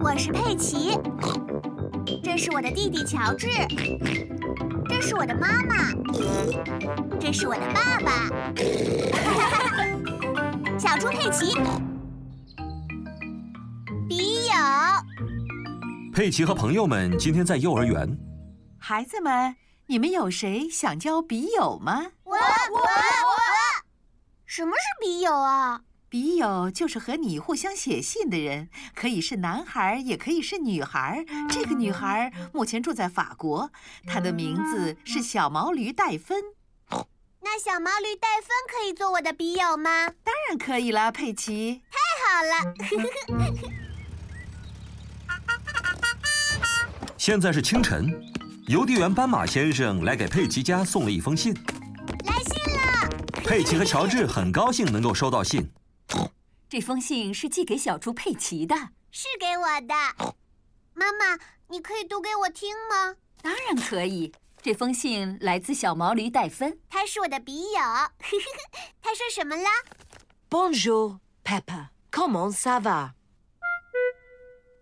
我是佩奇，这是我的弟弟乔治，这是我的妈妈，这是我的爸 爸。小猪佩奇，笔友，佩奇和朋友们今天在幼儿园。孩子们，你们有谁想交笔友吗？我我我，什么是笔友啊？笔友就是和你互相写信的人，可以是男孩，也可以是女孩。这个女孩目前住在法国，她的名字是小毛驴戴芬。那小毛驴戴芬可以做我的笔友吗？当然可以啦，佩奇。太好了！现在是清晨，邮递员斑马先生来给佩奇家送了一封信。来信了，佩奇和乔治很高兴能够收到信。这封信是寄给小猪佩奇的，是给我的。妈妈，你可以读给我听吗？当然可以。这封信来自小毛驴戴芬。他是我的笔友， 他说什么啦？ Bonjour, Peppa. Comment ça va?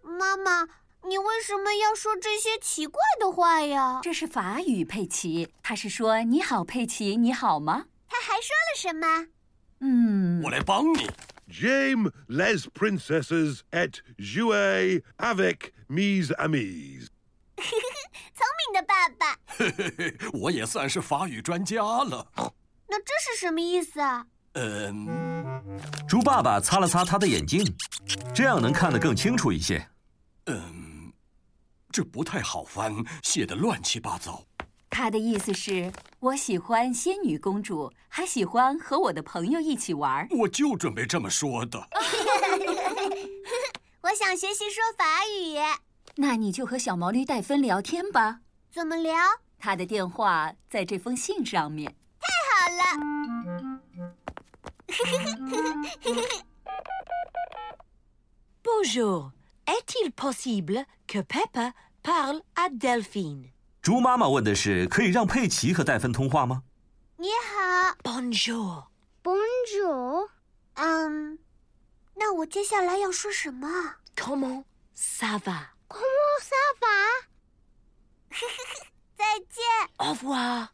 妈妈，你为什么要说这些奇怪的话呀？这是法语，佩奇。他是说“你好，佩奇，你好吗他还说了什么？”？嗯，我来帮你。 J'aime les princesses et jouer avec mes amis. 聪明的爸爸，我也算是法语专家了。那这是什么意思啊？嗯，猪爸爸擦了擦他的眼睛，这样能看得更清楚一些。嗯这不太好翻，写的乱七八糟。他的意思是我喜欢仙女公主，还喜欢和我的朋友一起玩儿。我就准备这么说的。我想学习说法语，那你就和小毛驴戴芬聊天吧。怎么聊？他的电话在这封信上面。好了， Bonjour. Est-il possible que Peppa parle à Delphine? 猪妈妈问的是：可以让佩奇和戴芬通话吗？你好 Bonjour. ，Bonjour。嗯，那我接下来要说什么？ Comment ça va? 穆萨法， 再见。 Au revoir.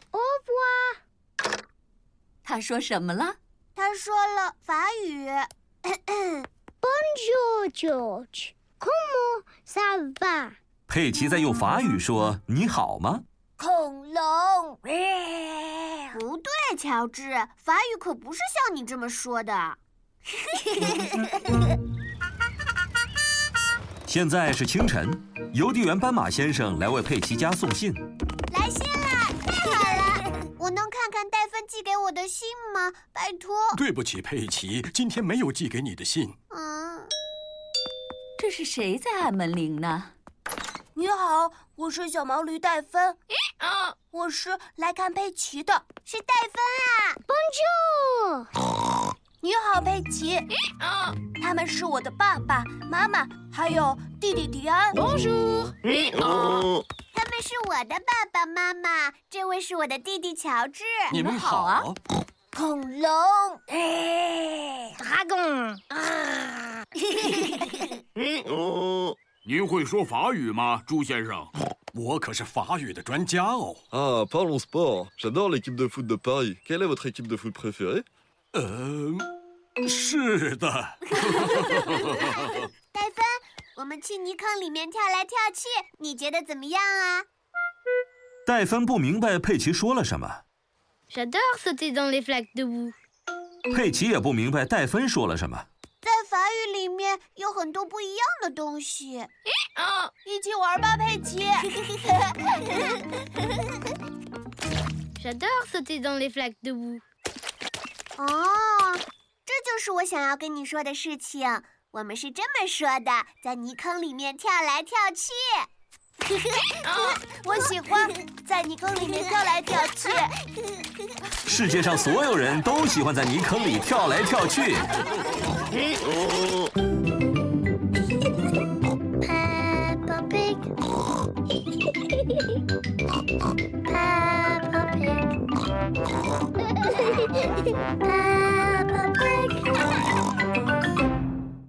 他说什么了？他说了法语。Bonjour, George. Comment ça va? 佩奇在用法语说：“你好吗恐龙。 不对，乔治，法语可不是像你这么说的。？”现在是清晨，邮递员斑马先生来为佩奇家送信。来信啦，太好了！我能看看戴芬寄给我的信吗？拜托。对不起，佩奇，今天没有寄给你的信。嗯，这是谁在按门铃呢？你好，我是小毛驴戴芬。我是来看佩奇的，嗯是戴芬啊。Bonjour。你好，佩奇。他们是我的爸爸妈妈，还有弟弟迪安。Bonjour。他们是我的爸爸妈妈，这位是我的弟弟乔治。你们好啊好恐龙。哎您会说法语吗，朱先生？我可是法语的专家哦。 Ah, parlons sport. J'adore l'équipe de foot de Paris. Quelle est votre équipe de foot préférée 嗯，是的，戴芬，我们去泥坑里面跳来跳去，你觉得怎么样啊？戴芬不明白佩奇说了什么， J'adore sauter dans les flaques de boue. 佩奇也不明白戴芬说了什么。在法语里面有很多不一样的东西。一起玩吧，佩奇。 J'adore sauter dans les flaques de boue. 哦，这就是我想要跟你说的事情。我们是这么说的，在泥坑里面跳来跳去。 我喜欢在泥坑里面跳来跳去。世界上所有人都喜欢在泥坑里跳来跳去。